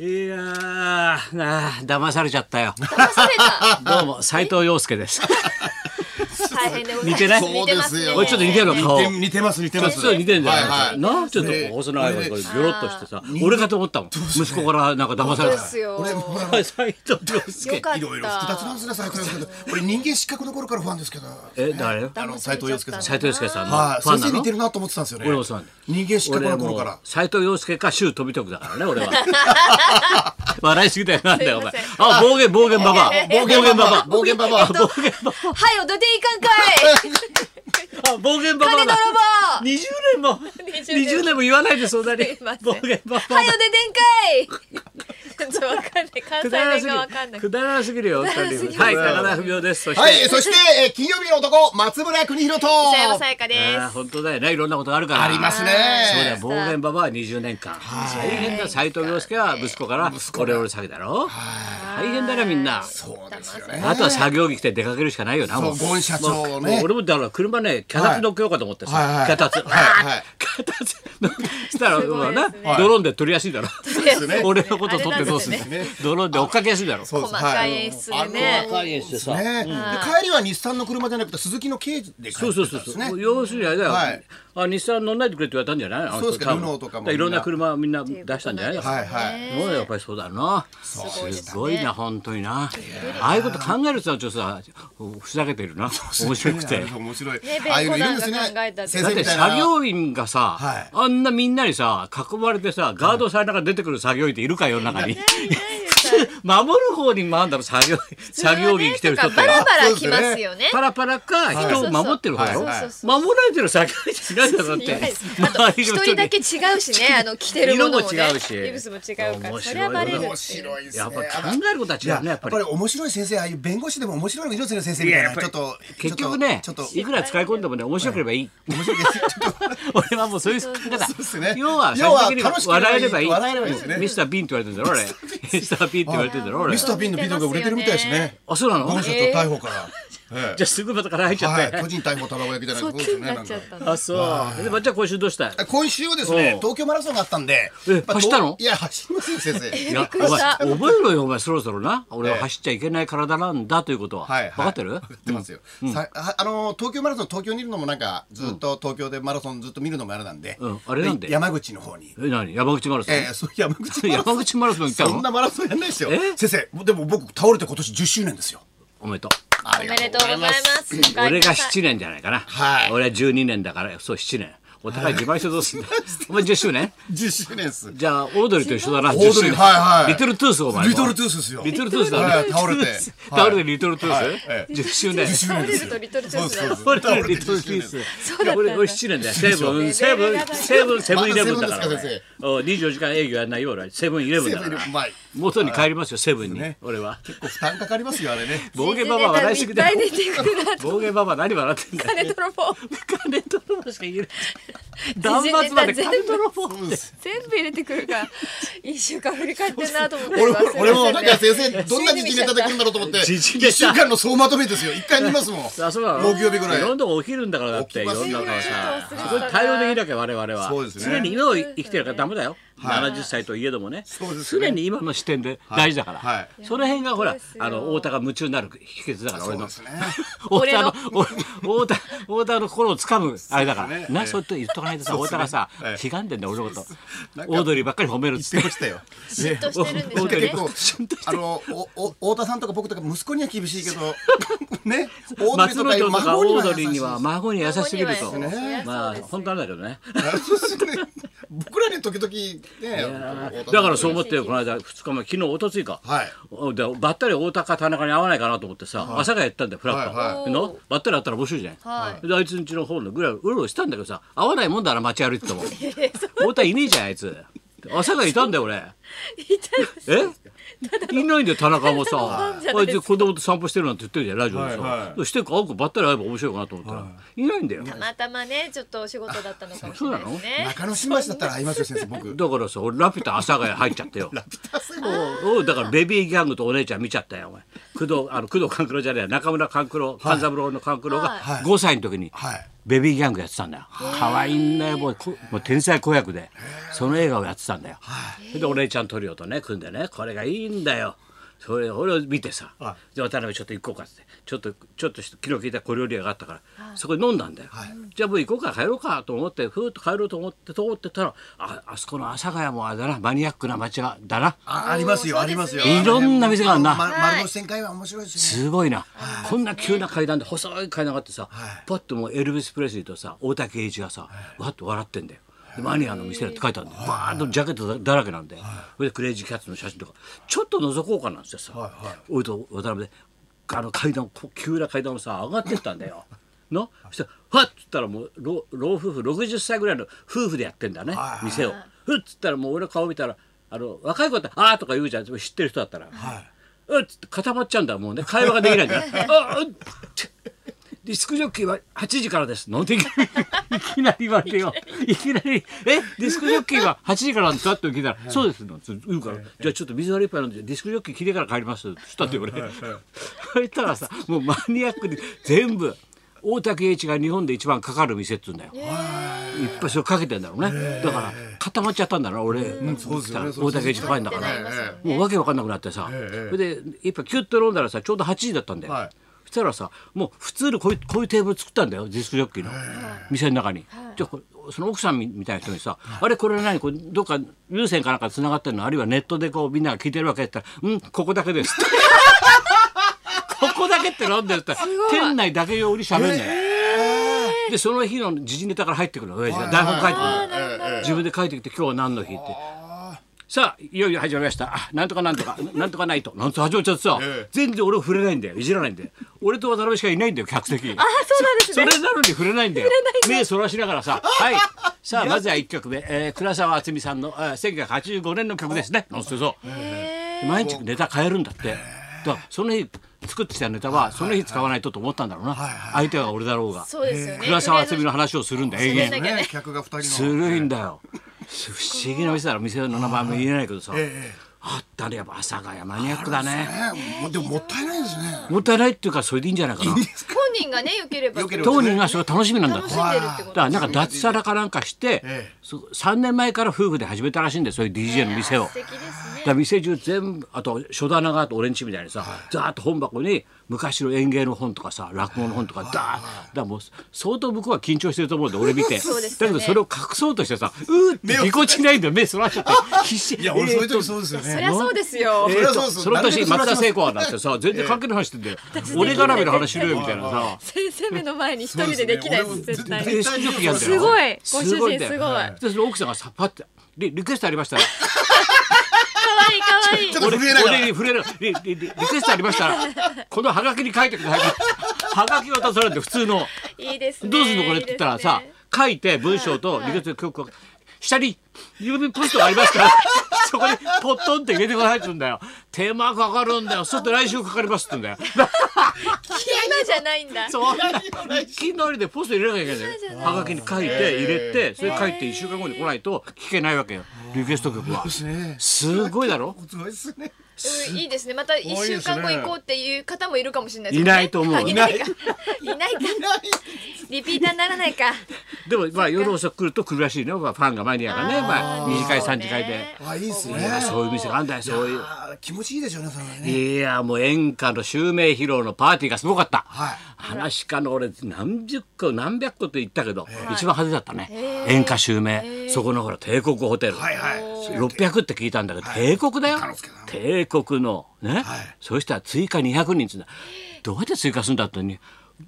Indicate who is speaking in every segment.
Speaker 1: いやーあー騙されちゃ ったよ
Speaker 2: 騙された。
Speaker 1: どうも斉藤陽介です
Speaker 2: 大変で ございます。
Speaker 1: 似て ない
Speaker 2: 似てますね。
Speaker 1: おいちょっと似てるの
Speaker 2: ね
Speaker 1: 顔
Speaker 3: 似て似てます似てま
Speaker 1: 普
Speaker 3: す
Speaker 1: 通似てんじゃない、
Speaker 3: はいはい
Speaker 1: なちょっと
Speaker 3: ね
Speaker 1: 細長い子がこれギョロッとしてさ
Speaker 3: ね
Speaker 1: 俺かと思ったもん息子からなんか騙さ
Speaker 2: そう
Speaker 1: れ
Speaker 2: ですよ。
Speaker 3: 俺も
Speaker 1: た斉藤陽
Speaker 2: よ
Speaker 1: 介
Speaker 2: かった。
Speaker 3: いろいろ複雑なんですね斉藤洋介君俺人間失格の頃からファンですけど
Speaker 1: え誰よ
Speaker 3: あの斉藤洋介さん
Speaker 1: 斉藤陽介さんの
Speaker 3: はい
Speaker 1: ファン
Speaker 3: 先
Speaker 1: な
Speaker 3: 生
Speaker 1: の
Speaker 3: 似てるなと思ってたんですよね
Speaker 1: 俺もそうなんだ
Speaker 3: 人間失格
Speaker 1: 俺
Speaker 3: の頃から
Speaker 1: も斉藤陽介か周飛び徳だからね俺は 笑いすぎだよなんだよお前
Speaker 2: すいま
Speaker 1: あ暴言暴言ババア暴言バ バア
Speaker 3: 暴言ババア
Speaker 1: 暴言バ
Speaker 2: はい、おどていかんかい。
Speaker 1: バア 暴言ババア
Speaker 2: 金
Speaker 1: だ
Speaker 2: 泥棒。
Speaker 1: 20年も
Speaker 2: 20
Speaker 1: 20年も言わないでそんなに
Speaker 2: すいません
Speaker 1: 暴言ババア
Speaker 2: は
Speaker 1: だ
Speaker 2: い、お出てんかい。ちょっとわかんない。 関西
Speaker 1: くだらな
Speaker 2: 弁
Speaker 1: す
Speaker 2: がわ
Speaker 1: ぎ
Speaker 2: かんな
Speaker 1: る
Speaker 2: い。
Speaker 1: くだらなすぎるよ本当に
Speaker 2: くだらなすぎる
Speaker 1: はい高田文夫ですそして、
Speaker 3: はいそしてえー金曜日の男松村邦弘と
Speaker 2: 北山さやかで
Speaker 1: ああ本当だよねいろんなことがあるから
Speaker 3: ありますね
Speaker 1: そうだよ暴言ババアは20年間大変だ斉藤洋介は息子からオレオレ詐欺だろ大変だなみんな
Speaker 3: そうですよね
Speaker 1: あとは作業着着て出かけるしかないよなもう
Speaker 3: そうゴン社長をね
Speaker 1: もう俺もだから車ね脚立乗っけようかと思って
Speaker 3: はいはい
Speaker 1: さ
Speaker 3: はい
Speaker 1: 脚立
Speaker 3: はいはい
Speaker 1: 脚立乗っけしたら
Speaker 2: すごい
Speaker 1: まあ
Speaker 2: で
Speaker 1: な
Speaker 2: すね
Speaker 1: ドローンで撮りやすいだろ
Speaker 2: す
Speaker 3: ね
Speaker 1: 俺のこと撮ってどうすん
Speaker 2: あ
Speaker 1: の
Speaker 2: れなん
Speaker 3: ですね
Speaker 1: ドローンで追っかけやすいだろ
Speaker 3: そうです
Speaker 2: 細かい演出でね
Speaker 1: 細かい演出でさ
Speaker 3: はいねで帰りは日産の車じゃなくて鈴木の軽で帰
Speaker 1: そ
Speaker 3: っ
Speaker 1: うそう
Speaker 3: て
Speaker 1: そう
Speaker 3: た
Speaker 1: んそ
Speaker 3: で
Speaker 1: う、
Speaker 3: すね
Speaker 1: 要するにあれだよ、
Speaker 3: はい
Speaker 1: あ日産乗んないでくれって言われたんじゃないあの人
Speaker 3: そうですか
Speaker 1: 多分
Speaker 3: ルノーとかも
Speaker 1: だらいろんな車みんな出したんじゃない
Speaker 3: はいはい
Speaker 1: そうだよやっぱりそうだなす
Speaker 2: ごいですね
Speaker 1: ごいな本当になああいうこと考える人はちょっとさふざけてるな面白くて。
Speaker 3: 面白
Speaker 2: ね
Speaker 3: いああいうのいるんですね
Speaker 2: 弁護団が考えたって
Speaker 3: 先
Speaker 1: だ
Speaker 3: 生
Speaker 1: って
Speaker 3: みたいな
Speaker 1: 作業員がさ、
Speaker 3: はい
Speaker 1: あんなみんなにさ囲まれてさガードされながら出てくる作業員っているか世の中に 守る方に回んだろ作業員作業着着てる人って
Speaker 2: バ
Speaker 1: のは
Speaker 2: ラバラ来ますよね。
Speaker 1: パラパラか人を守ってる方だろ
Speaker 3: はいそう
Speaker 2: そうそう
Speaker 1: 守られてる先がいないんだ ろだっ
Speaker 2: いない
Speaker 1: て
Speaker 2: です
Speaker 1: 周り
Speaker 2: 一
Speaker 1: の
Speaker 2: 人
Speaker 1: 人
Speaker 2: だ
Speaker 1: に
Speaker 2: け違うし ね、あの着てるものもね。
Speaker 1: 色も違うし
Speaker 2: イブスも違うから、
Speaker 1: 面白い
Speaker 2: それはバレるっていう。
Speaker 3: 面白いですね
Speaker 1: やっぱ考えることはい違う
Speaker 3: や
Speaker 1: よね
Speaker 3: や
Speaker 1: や
Speaker 3: っ
Speaker 1: っ
Speaker 3: ぱ
Speaker 1: ぱ
Speaker 3: り
Speaker 1: り
Speaker 3: 面白い先生ああいう弁護士でも面白いのがいるんですよね先生みたい
Speaker 1: い
Speaker 3: な
Speaker 1: や
Speaker 3: ち
Speaker 1: や
Speaker 3: ょっ
Speaker 1: っぱり
Speaker 3: と
Speaker 1: 結局ね
Speaker 3: ちょっとちょ
Speaker 1: い
Speaker 3: っ
Speaker 1: くら使い込んでもね面白ければいい
Speaker 3: と面白いですちょっと
Speaker 1: 俺はもうそういう考え方
Speaker 3: そうっすね
Speaker 1: 要は
Speaker 3: 要は
Speaker 1: 最終的
Speaker 3: 楽し
Speaker 1: に
Speaker 3: ければいい
Speaker 1: 笑えればいい
Speaker 3: 笑えればいいですね
Speaker 1: ミスター・ビーンって言われてんだろ俺 ミスター・ビーンって言われてんだろ俺
Speaker 3: ミスター・ビンのビデオが売れてるみたいですね。
Speaker 1: あそうな
Speaker 3: ゴ
Speaker 1: の
Speaker 3: ン
Speaker 1: じ
Speaker 3: 社
Speaker 1: ゃ
Speaker 3: 長逮捕から。え
Speaker 1: あすぐまたから入っち
Speaker 3: え
Speaker 1: ゃっ
Speaker 3: はい、
Speaker 1: て
Speaker 3: 巨人逮捕卵焼きじゃない
Speaker 2: そう
Speaker 3: で
Speaker 2: 気
Speaker 3: す
Speaker 2: に
Speaker 3: ね。
Speaker 2: な
Speaker 3: な
Speaker 2: っ
Speaker 3: ん
Speaker 2: ち
Speaker 3: か
Speaker 2: ゃったの。
Speaker 1: あそうでまっちゃん今週どうしたい
Speaker 3: 今週はですね
Speaker 1: おう、
Speaker 3: 東京マラソンがあったんで。
Speaker 1: え
Speaker 3: やっぱ
Speaker 1: 走ったの
Speaker 3: いや、走りませんよ、先
Speaker 1: い
Speaker 3: 生。
Speaker 1: や
Speaker 2: びっくりした
Speaker 1: お前覚えろよお前そろそろな俺は走っちゃいけない体なんだということは
Speaker 3: はい、
Speaker 1: 分かってる
Speaker 3: 分かってますよ。さああの東京マラソン東京にいるのもなんかずっと東京でマラソンずっと見るのもあれなんで、
Speaker 1: うんあれなんで
Speaker 3: で山口の方に。
Speaker 1: え何山口マラソン
Speaker 3: ええ、そう山口マラソン
Speaker 1: 山口マラソン行った
Speaker 3: そん
Speaker 1: の
Speaker 3: なマラソンやんないですよ
Speaker 1: え。
Speaker 3: 先生、でも僕倒れて今年10周年ですよ。
Speaker 1: おめでと
Speaker 3: あ
Speaker 2: お
Speaker 3: り
Speaker 2: め
Speaker 3: が
Speaker 2: でとうございます。お
Speaker 1: う
Speaker 2: 帰り
Speaker 1: 俺
Speaker 2: なさ
Speaker 1: が
Speaker 2: い
Speaker 1: 7年じゃないかな、
Speaker 3: はい
Speaker 1: 俺は12年だからそう7年お互い自慢してどうす んだお前10周年
Speaker 3: 10周年です。
Speaker 1: じゃあオードリーと一緒だな
Speaker 3: オードリー
Speaker 1: 10周年
Speaker 3: はいはい
Speaker 1: リトルトゥースお前も
Speaker 3: リトルトゥースですよ。
Speaker 1: リトルトゥースだ
Speaker 3: は
Speaker 1: ね
Speaker 3: い倒れてはい
Speaker 1: 倒れてリトルトゥ
Speaker 3: はいえ
Speaker 1: ース10周年
Speaker 3: 10周年です
Speaker 2: 倒れる
Speaker 3: よ。
Speaker 2: とリトルトゥースだ
Speaker 3: そうそうそう
Speaker 1: 俺はリトルトゥース
Speaker 2: だったんだ
Speaker 1: 俺俺7年だよセブンセブンセブンセブンイレブンだから
Speaker 3: まだセブンですか
Speaker 1: 俺お24時間営業やんないよ俺はセブンイレブンだから
Speaker 3: うまい。
Speaker 1: 元に帰りますよセブンに、
Speaker 3: ね
Speaker 1: 俺は
Speaker 3: 結構負担かかりますよあ れね。
Speaker 1: 暴言ババア笑いすぎだよ
Speaker 2: 一年で大出てくるなと。
Speaker 1: 暴言ババア何笑ってんだよ
Speaker 2: 金 泥棒。
Speaker 1: 金泥棒しか言えない断末まで金泥棒って
Speaker 2: 全部入れてくるから一週間振り返ってんなと思って
Speaker 3: 俺も俺もなんか先生どんな
Speaker 2: に
Speaker 3: 時
Speaker 2: 見ち
Speaker 3: 事
Speaker 2: ゃ
Speaker 3: ネ
Speaker 2: った
Speaker 3: タで来るんだろう と思って
Speaker 1: 時事ネタ
Speaker 3: 一週間の総まとめですよ一回見ますもん。
Speaker 1: あそうなの
Speaker 3: 木曜日ぐらい
Speaker 1: いろんなとこ起きるんだからだってい
Speaker 3: 起き
Speaker 1: ろ
Speaker 3: ま
Speaker 1: ん
Speaker 3: す
Speaker 1: なの
Speaker 3: よ
Speaker 1: がさ
Speaker 2: いやー
Speaker 1: そこに対応できなきゃ我々は
Speaker 3: そうですね
Speaker 1: 常に今を生きてるからダメだよ70歳といえどもね
Speaker 3: そうですね
Speaker 1: 常に今の視点で大事だから、
Speaker 3: はいはい
Speaker 1: その辺がほら
Speaker 2: 本当ですよ
Speaker 1: あの太田が夢中になる秘訣だから
Speaker 3: そ
Speaker 1: 俺
Speaker 3: う
Speaker 1: の
Speaker 3: ですね。
Speaker 1: 太田の
Speaker 2: 俺
Speaker 1: 太田太田の心を掴むあれだから、
Speaker 3: そうですね
Speaker 1: なそう言っとかないとさ
Speaker 3: そう
Speaker 1: 太
Speaker 3: です
Speaker 1: 田が
Speaker 3: ね
Speaker 1: さ
Speaker 3: ええ
Speaker 1: 悲願でんだよ俺のこと
Speaker 3: なんか
Speaker 1: オードリーばっかり褒めるっつ
Speaker 3: して
Speaker 1: っ
Speaker 3: ま
Speaker 1: て
Speaker 3: し たよ。
Speaker 2: 嫉妬してるんでしょう
Speaker 3: 僕
Speaker 2: ね
Speaker 3: 結構あのおお太田さんとか僕とか息子には厳しいけど ねオードリー
Speaker 1: 松野
Speaker 3: とか
Speaker 1: 城とかオ
Speaker 3: 孫
Speaker 1: ー
Speaker 3: には
Speaker 1: ド
Speaker 3: 優
Speaker 1: リー
Speaker 3: し
Speaker 1: に
Speaker 3: い
Speaker 1: は孫に優しすぎると
Speaker 2: 孫には優しいです
Speaker 1: まあ
Speaker 2: そうです
Speaker 1: 本当なんだけどね
Speaker 3: 僕らに時々ね太田さん
Speaker 1: だからそう思ってこの間2日前昨日おとついか、
Speaker 3: はい
Speaker 1: おでばったり太田か田中に会わないかなと思ってさ、朝がやったんだよフラット、
Speaker 3: はい
Speaker 2: はい
Speaker 1: のばったり会ったら面白いじゃない、
Speaker 2: は
Speaker 1: であいつんちの方のぐらいうろうろしたんだけどさ会わないもんだな街歩いてて も太田いねえじゃんあいつ朝がいたんだよ俺
Speaker 2: いたんです
Speaker 1: えいないんだよ田中もさ
Speaker 2: ただのファンじゃ
Speaker 1: あ
Speaker 2: ない
Speaker 1: い
Speaker 2: で
Speaker 1: つ子供と散歩してるなんて言ってるじゃんラジオでさ、
Speaker 3: はいはい
Speaker 1: して会う子ばったり会えば面白いかなと思ったら、い、ないんだよ
Speaker 2: たまたまねちょっとお仕事だったのかもしれないですね
Speaker 3: 中野新橋だったら会いますよ先 生僕
Speaker 1: だからさ俺ラピュタ朝ヶ谷入っちゃったよ
Speaker 3: ラピュタさん
Speaker 1: おうだからベビーギャングとお姉ちゃん見ちゃったよお前工藤あの工藤官九郎じゃねえや中村官九郎勘三郎の官九郎が
Speaker 3: はい
Speaker 1: 5歳の時に
Speaker 3: はい
Speaker 1: ベビーギャングやってたんだよ可愛いんだよもうこもう天才子役でその映画をやってたんだよそれでお姉ちゃんトリオとね組んでねこれがいいんだよそれ俺を見てさ、
Speaker 3: は
Speaker 1: で渡辺ちょっと行こうかっつってちょっとちょっと昨日聞いた小料理屋があったから、そこに飲んだんだよ、じゃあもう行こうか帰ろうかと思ってふーっと帰ろうと思ってと思ってたらああそこの阿佐ヶ谷もあれだなマニアックな街がだな
Speaker 3: あありますよありますよ
Speaker 1: いろんな店があるな
Speaker 3: ま丸の内展開は面白いですね
Speaker 1: すごいな、こんな急な階段で細い階段があってさ、
Speaker 3: はい
Speaker 1: パッともうエルヴィス・プレスリーとさ大竹栄一がさ、わっと笑ってんだよ。でマニアの店だって書いてあるんだよ、バーンとジャケットだらけなんで、それでクレイジーキャッツの写真とかちょっと覗こうかなんつってさ、
Speaker 3: はいはい
Speaker 1: 俺と渡辺であの階段こう急な階段をさ上がってったんだよ。 のそしたら「はっ!」っつったらもう老老夫婦60歳ぐらいの夫婦でやってんだね
Speaker 3: はい
Speaker 1: 店を。ふっつったらもう俺の顔見たらあの若い子って「あー」とか言うじゃん知ってる人だったら。
Speaker 3: はい。
Speaker 1: うっつって固まっちゃうんだもうね会話ができないんだ あうっってディスクジョッキーは8時からですのんていきいきなり言われてよ いきなり「えディスクジョッキーは8時からなんですか?」って聞いたら「そうです」なんて言うから「じゃあちょっと水割り一杯飲んでディスクジョッキー聞いてから帰ります」ってしたって俺そしたらさもうマニアックに全部大竹栄一が日本で一番かかる店っつうんだよ。いっぱいそれかけてんだろうねだから固まっちゃったんだな俺
Speaker 3: そうですよね
Speaker 1: 大竹栄一ファンだか
Speaker 2: な
Speaker 1: ら
Speaker 2: り。ますよね
Speaker 1: もうわけわかんなくなってさ、
Speaker 3: ええ
Speaker 1: それで一杯キュッと飲んだらさちょうど8時だったんだよ、
Speaker 3: はい
Speaker 1: そしたらさもう普通のこういうこういうテーブル作ったんだよディスクジョッキーの、店の中に、じゃあこれその奥さんみみたいな人にさ「あれこれ何これどっか有線かなんかつながってるのあるいはネットでこうみんなが聞いてるわけ?」って言ったら「うんここだけです」ここだけって飲んでるって 店内だけ用に喋るんだよ、でその日の時事ネタから入ってくるの親父が台本書いてくるの自分で書いてきて今日は何の日って。さあいよいよ始まりましたあなんとかなんとかなんとかないとなんと始まっちゃってさ、
Speaker 3: ええ
Speaker 1: 全然俺を触れないんだよいじらないんだよ俺と渡辺しかいないんだよ客席あ
Speaker 2: そうなんです
Speaker 1: そ
Speaker 2: ね
Speaker 1: れなのに触れないんだよ目そらしながら さはいさあまずは1曲目、えー、倉沢敦美さんのあー1985年の曲ですねなんつってそう毎日ネタ変えるんだってだからその日作ってきたネタはその日使わないとと思ったんだろうな、相手は俺だろうが
Speaker 2: そうですよね
Speaker 1: 倉沢敦美の話をするんだよ永遠
Speaker 2: だけ
Speaker 3: ね
Speaker 2: ね
Speaker 3: 客が二
Speaker 1: す
Speaker 3: 人の。
Speaker 1: るいんだよ。不思議な店だろ店の名前も言えないけどさ、あったねやっぱ阿佐ヶ谷マニアックだね
Speaker 3: ねもうでももったいないですね。
Speaker 1: もったいないっていうかそれでいいんじゃないかな
Speaker 2: 本人がね良ければ
Speaker 3: 良ければ
Speaker 1: 当人がそれ楽しみなんだっ
Speaker 2: 楽
Speaker 1: てだ
Speaker 2: し
Speaker 1: か
Speaker 2: んでるってこと
Speaker 1: らなんか脱サラかなんかして、
Speaker 3: ええ
Speaker 1: そ3年前から夫婦で始めたらしいんだよそういう DJ の店を。
Speaker 2: 素敵です
Speaker 1: だ
Speaker 2: ね
Speaker 1: から店中全部あと書棚があと俺んちみたいにさ、ザーッと本箱に昔の園芸の本とかさ落語の本とかだーッだからもう相当向こうは緊張してると思うんで俺見 て、
Speaker 2: そうです
Speaker 1: だ
Speaker 2: よ
Speaker 1: け
Speaker 2: ね
Speaker 1: どそれを隠そうとしてさうーってぎこちないんだよ目そらしちゃっ て必死
Speaker 3: いや俺そういう
Speaker 1: えー
Speaker 3: 時
Speaker 1: っと
Speaker 3: そうですよ
Speaker 2: そ
Speaker 3: ね。
Speaker 2: りゃそうですよ
Speaker 1: え
Speaker 3: り
Speaker 1: ー
Speaker 3: ゃ
Speaker 1: っ
Speaker 3: そう
Speaker 1: と
Speaker 3: ですよ
Speaker 1: その年
Speaker 3: 誰
Speaker 1: 松
Speaker 3: もそら
Speaker 1: 田
Speaker 3: します
Speaker 1: 聖子はなんて さ全然関係ない話してんだよ俺絡みの話しろよみたいなさ
Speaker 2: 先生目の前に一人でできないです絶対
Speaker 3: そう
Speaker 1: デ
Speaker 3: ですね
Speaker 1: スクジョッキーやんだよ
Speaker 2: すごいご主人
Speaker 1: すごいんだよ
Speaker 2: すごい
Speaker 1: でその奥さんがさパッてリリクエストありましたら
Speaker 2: 可愛い可愛い
Speaker 3: ょっと
Speaker 1: 俺
Speaker 3: 震えながら
Speaker 1: 俺に触れるリリリリクエストありましたらこのハガキに書いてくださいハガキ渡されて普通の
Speaker 2: いいですね
Speaker 1: どうするのこれって言ったらさ
Speaker 2: いいですね
Speaker 1: 書いて文章とリクエスト曲を下に郵便ポストがありますから そこにポットンって入れてくださいって言うんだよ手間かかるんだよちょっと来週かかりますって言うんだよ
Speaker 2: 今じゃないんだ
Speaker 1: そんないきなりでポスト入れなきゃいけないのよはがきに書いて入れてそれ書いて1週間後に来ないと聞けないわけよリクエスト曲は
Speaker 3: ね。
Speaker 1: すごいだろ
Speaker 3: すごいですね。
Speaker 2: うんいいですねまた一週間後行こうっていう方もいるかもしれないです
Speaker 1: い
Speaker 2: ね
Speaker 1: ないと思う
Speaker 2: あいないかいないかリピーターにならないか
Speaker 1: でもまあ夜遅く来ると来るらしいねまあファンがマニアがねまあ二次会三次会で
Speaker 3: あいいですね。
Speaker 1: そういう店があんだよそういう。
Speaker 3: あー気持ちいいでしょうねそれはね。
Speaker 1: いやもう演歌の襲名披露のパーティーがすごかった、
Speaker 3: はい
Speaker 1: 話かの俺何十個何百個と言ったけど、一番派手だったね、演歌襲名、そこのほら帝国ホテル、
Speaker 3: はいはい。
Speaker 1: 600って聞いたんだけど、帝国だよ
Speaker 3: 楽しかっ
Speaker 1: 帝国のね、
Speaker 3: はい
Speaker 1: そしたら追加200人っつうんだどうやって追加するんだってに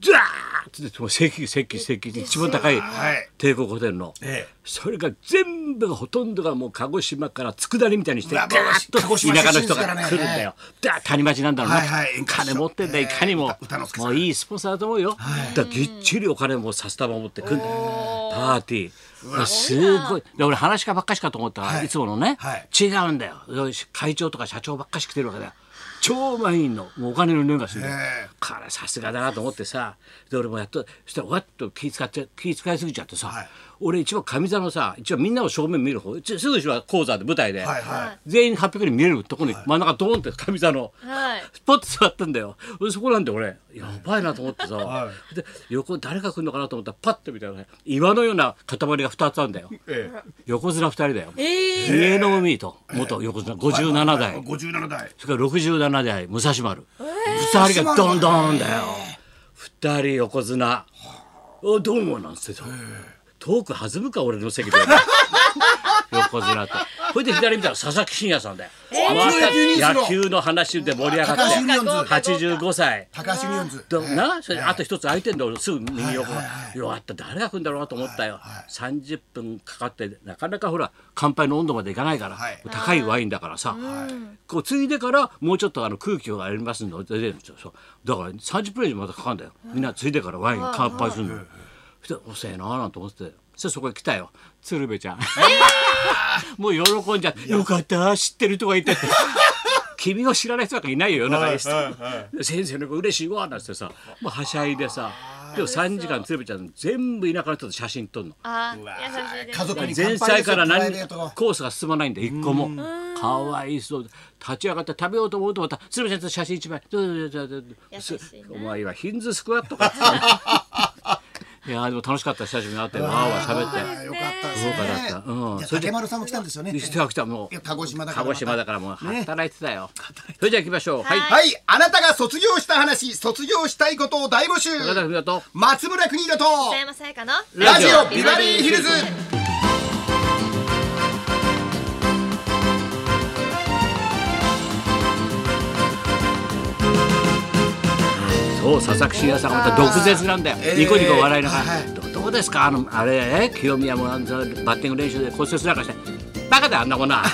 Speaker 1: ザーッつってもう席席席一番高い
Speaker 3: はい
Speaker 1: 帝国ホテルの、
Speaker 3: ええ
Speaker 1: それが全部がほとんどがもう鹿児島から佃煮みたいにして
Speaker 3: うわ
Speaker 1: ガーッと
Speaker 3: 鹿児島出
Speaker 1: 田舎の
Speaker 3: 身で
Speaker 1: 人
Speaker 3: すから
Speaker 1: が
Speaker 3: ね
Speaker 1: 来るんだよ。だから谷町なんだろうな、
Speaker 3: はいはい
Speaker 1: 金持ってんだ
Speaker 3: ええ
Speaker 1: いかにも、
Speaker 3: 歌歌之助さ
Speaker 1: も
Speaker 3: ん
Speaker 1: ういいスポンサーだと思うよ、だからぎっちりお金もさす束持ってくんだよパーティーすごいで俺話し家ばっかしかと思ったら、
Speaker 3: はい
Speaker 1: い、つものね、
Speaker 3: はい
Speaker 1: 違うんだよ会長とか社長ばっかし来てるわけだよ超満員のもうお金の匂いがするんだよ、
Speaker 3: ええ
Speaker 1: からさすがだなと思ってさで俺もやっとそしたらわっと気使って気使いすぎちゃってさ、
Speaker 3: はい
Speaker 1: 俺一番上座のさ一番みんなを正面見る方ちすぐ後ろは講座で舞台で、
Speaker 3: はいは
Speaker 1: 全員800人見れるところに真ん中ドーンって上座の。
Speaker 2: はい。
Speaker 1: ポッと座ったんだよ俺そこなんで俺やばいなと思ってさ、で横に誰が来るのかなと思ったらパッて見たらね岩のような塊が2つあるんだよ
Speaker 3: え
Speaker 1: 横綱2人だよ
Speaker 2: ええ
Speaker 1: 家の海と元横綱57代、
Speaker 3: 五十七代。
Speaker 1: それから67代武蔵丸、二人がドンドンだよ二人横綱おどうもなんつってたトーク弾むか俺の席 で横綱とこれで左見たら佐々木真也さんだよ、また野球の話で盛り上がって
Speaker 3: 高橋ユニオンズ
Speaker 1: 85歳
Speaker 3: 高橋ミヨンズ。
Speaker 1: どなそれあと一つ空いてんだ俺すぐ右横がよかった誰が来るんだろうなと思ったよ30分かかってなかなかほら乾杯の温度までいかないから
Speaker 3: はい
Speaker 1: 高いワインだからさこうついでからもうちょっとあの空気をありますので出るんですよそうだから30分以上またかかるんだよみんなついでからワイン乾杯するのそして遅えなあなんて思ってそしてそこへ来たよ鶴瓶ちゃん もう喜んじゃってよかった知ってる人がいて 君を知らない人なんかいないよ世の中にで先生の子嬉しいわなんつってさもうはしゃいでさでも3時間鶴瓶ちゃん全部田舎の人と写真撮るの
Speaker 2: あ
Speaker 3: わ
Speaker 2: ー、優しいです、ね。
Speaker 3: 家族に
Speaker 1: 前菜から何
Speaker 3: プライベートの
Speaker 1: コースが進まないんで一個もかわいそう立ち上がって食べようと思うとまた鶴瓶ちゃんと写真一枚どうぞどうぞどうぞ
Speaker 2: 優し
Speaker 1: す
Speaker 2: い
Speaker 1: お
Speaker 2: な
Speaker 1: 前はヒンズースクワットか っつってねいやーでも楽しかった久しぶりに会ってわーわー喋って。
Speaker 3: よかったです
Speaker 1: 豪華だったうん
Speaker 3: ね。いや
Speaker 1: それで
Speaker 3: 竹丸さんも来たんですよね。
Speaker 1: 来た来たも
Speaker 3: いや
Speaker 1: う
Speaker 3: 鹿児島だから
Speaker 1: 鹿児島だからもう働いてたよそれじゃあ行きましょうはい
Speaker 3: はい、あなたが卒業した話、卒業したいことを大募集。
Speaker 1: 高田文夫と
Speaker 3: 松村邦洋と。
Speaker 2: 北山さやかの。
Speaker 3: ラジオビバリーヒルズ。
Speaker 1: そう佐々木真也さんがまた毒舌なんだよ、
Speaker 3: えー
Speaker 1: ニコニコ笑いながら、
Speaker 3: はい
Speaker 1: どどうですかあのあれ清宮もあのバッティング練習で骨折なんかしてバカだよあんなもん な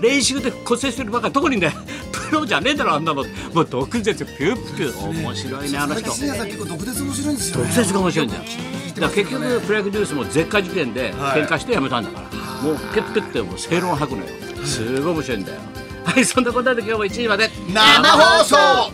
Speaker 1: 練習で骨折してるバカどこにいんだよプロじゃねえだろあんなのもう毒舌ピューピュー面白いねあの
Speaker 3: 佐々
Speaker 1: 人
Speaker 3: 木真也さん結構毒舌面白いんですよね。
Speaker 1: 毒舌が面白いんだよだから結局プロ野球ニュースも絶火事件で喧嘩してやめたんだから、もうペッペッてもう正論吐くのよすごい面白いんだよはいそんなことで今日も1時まで
Speaker 3: 生放送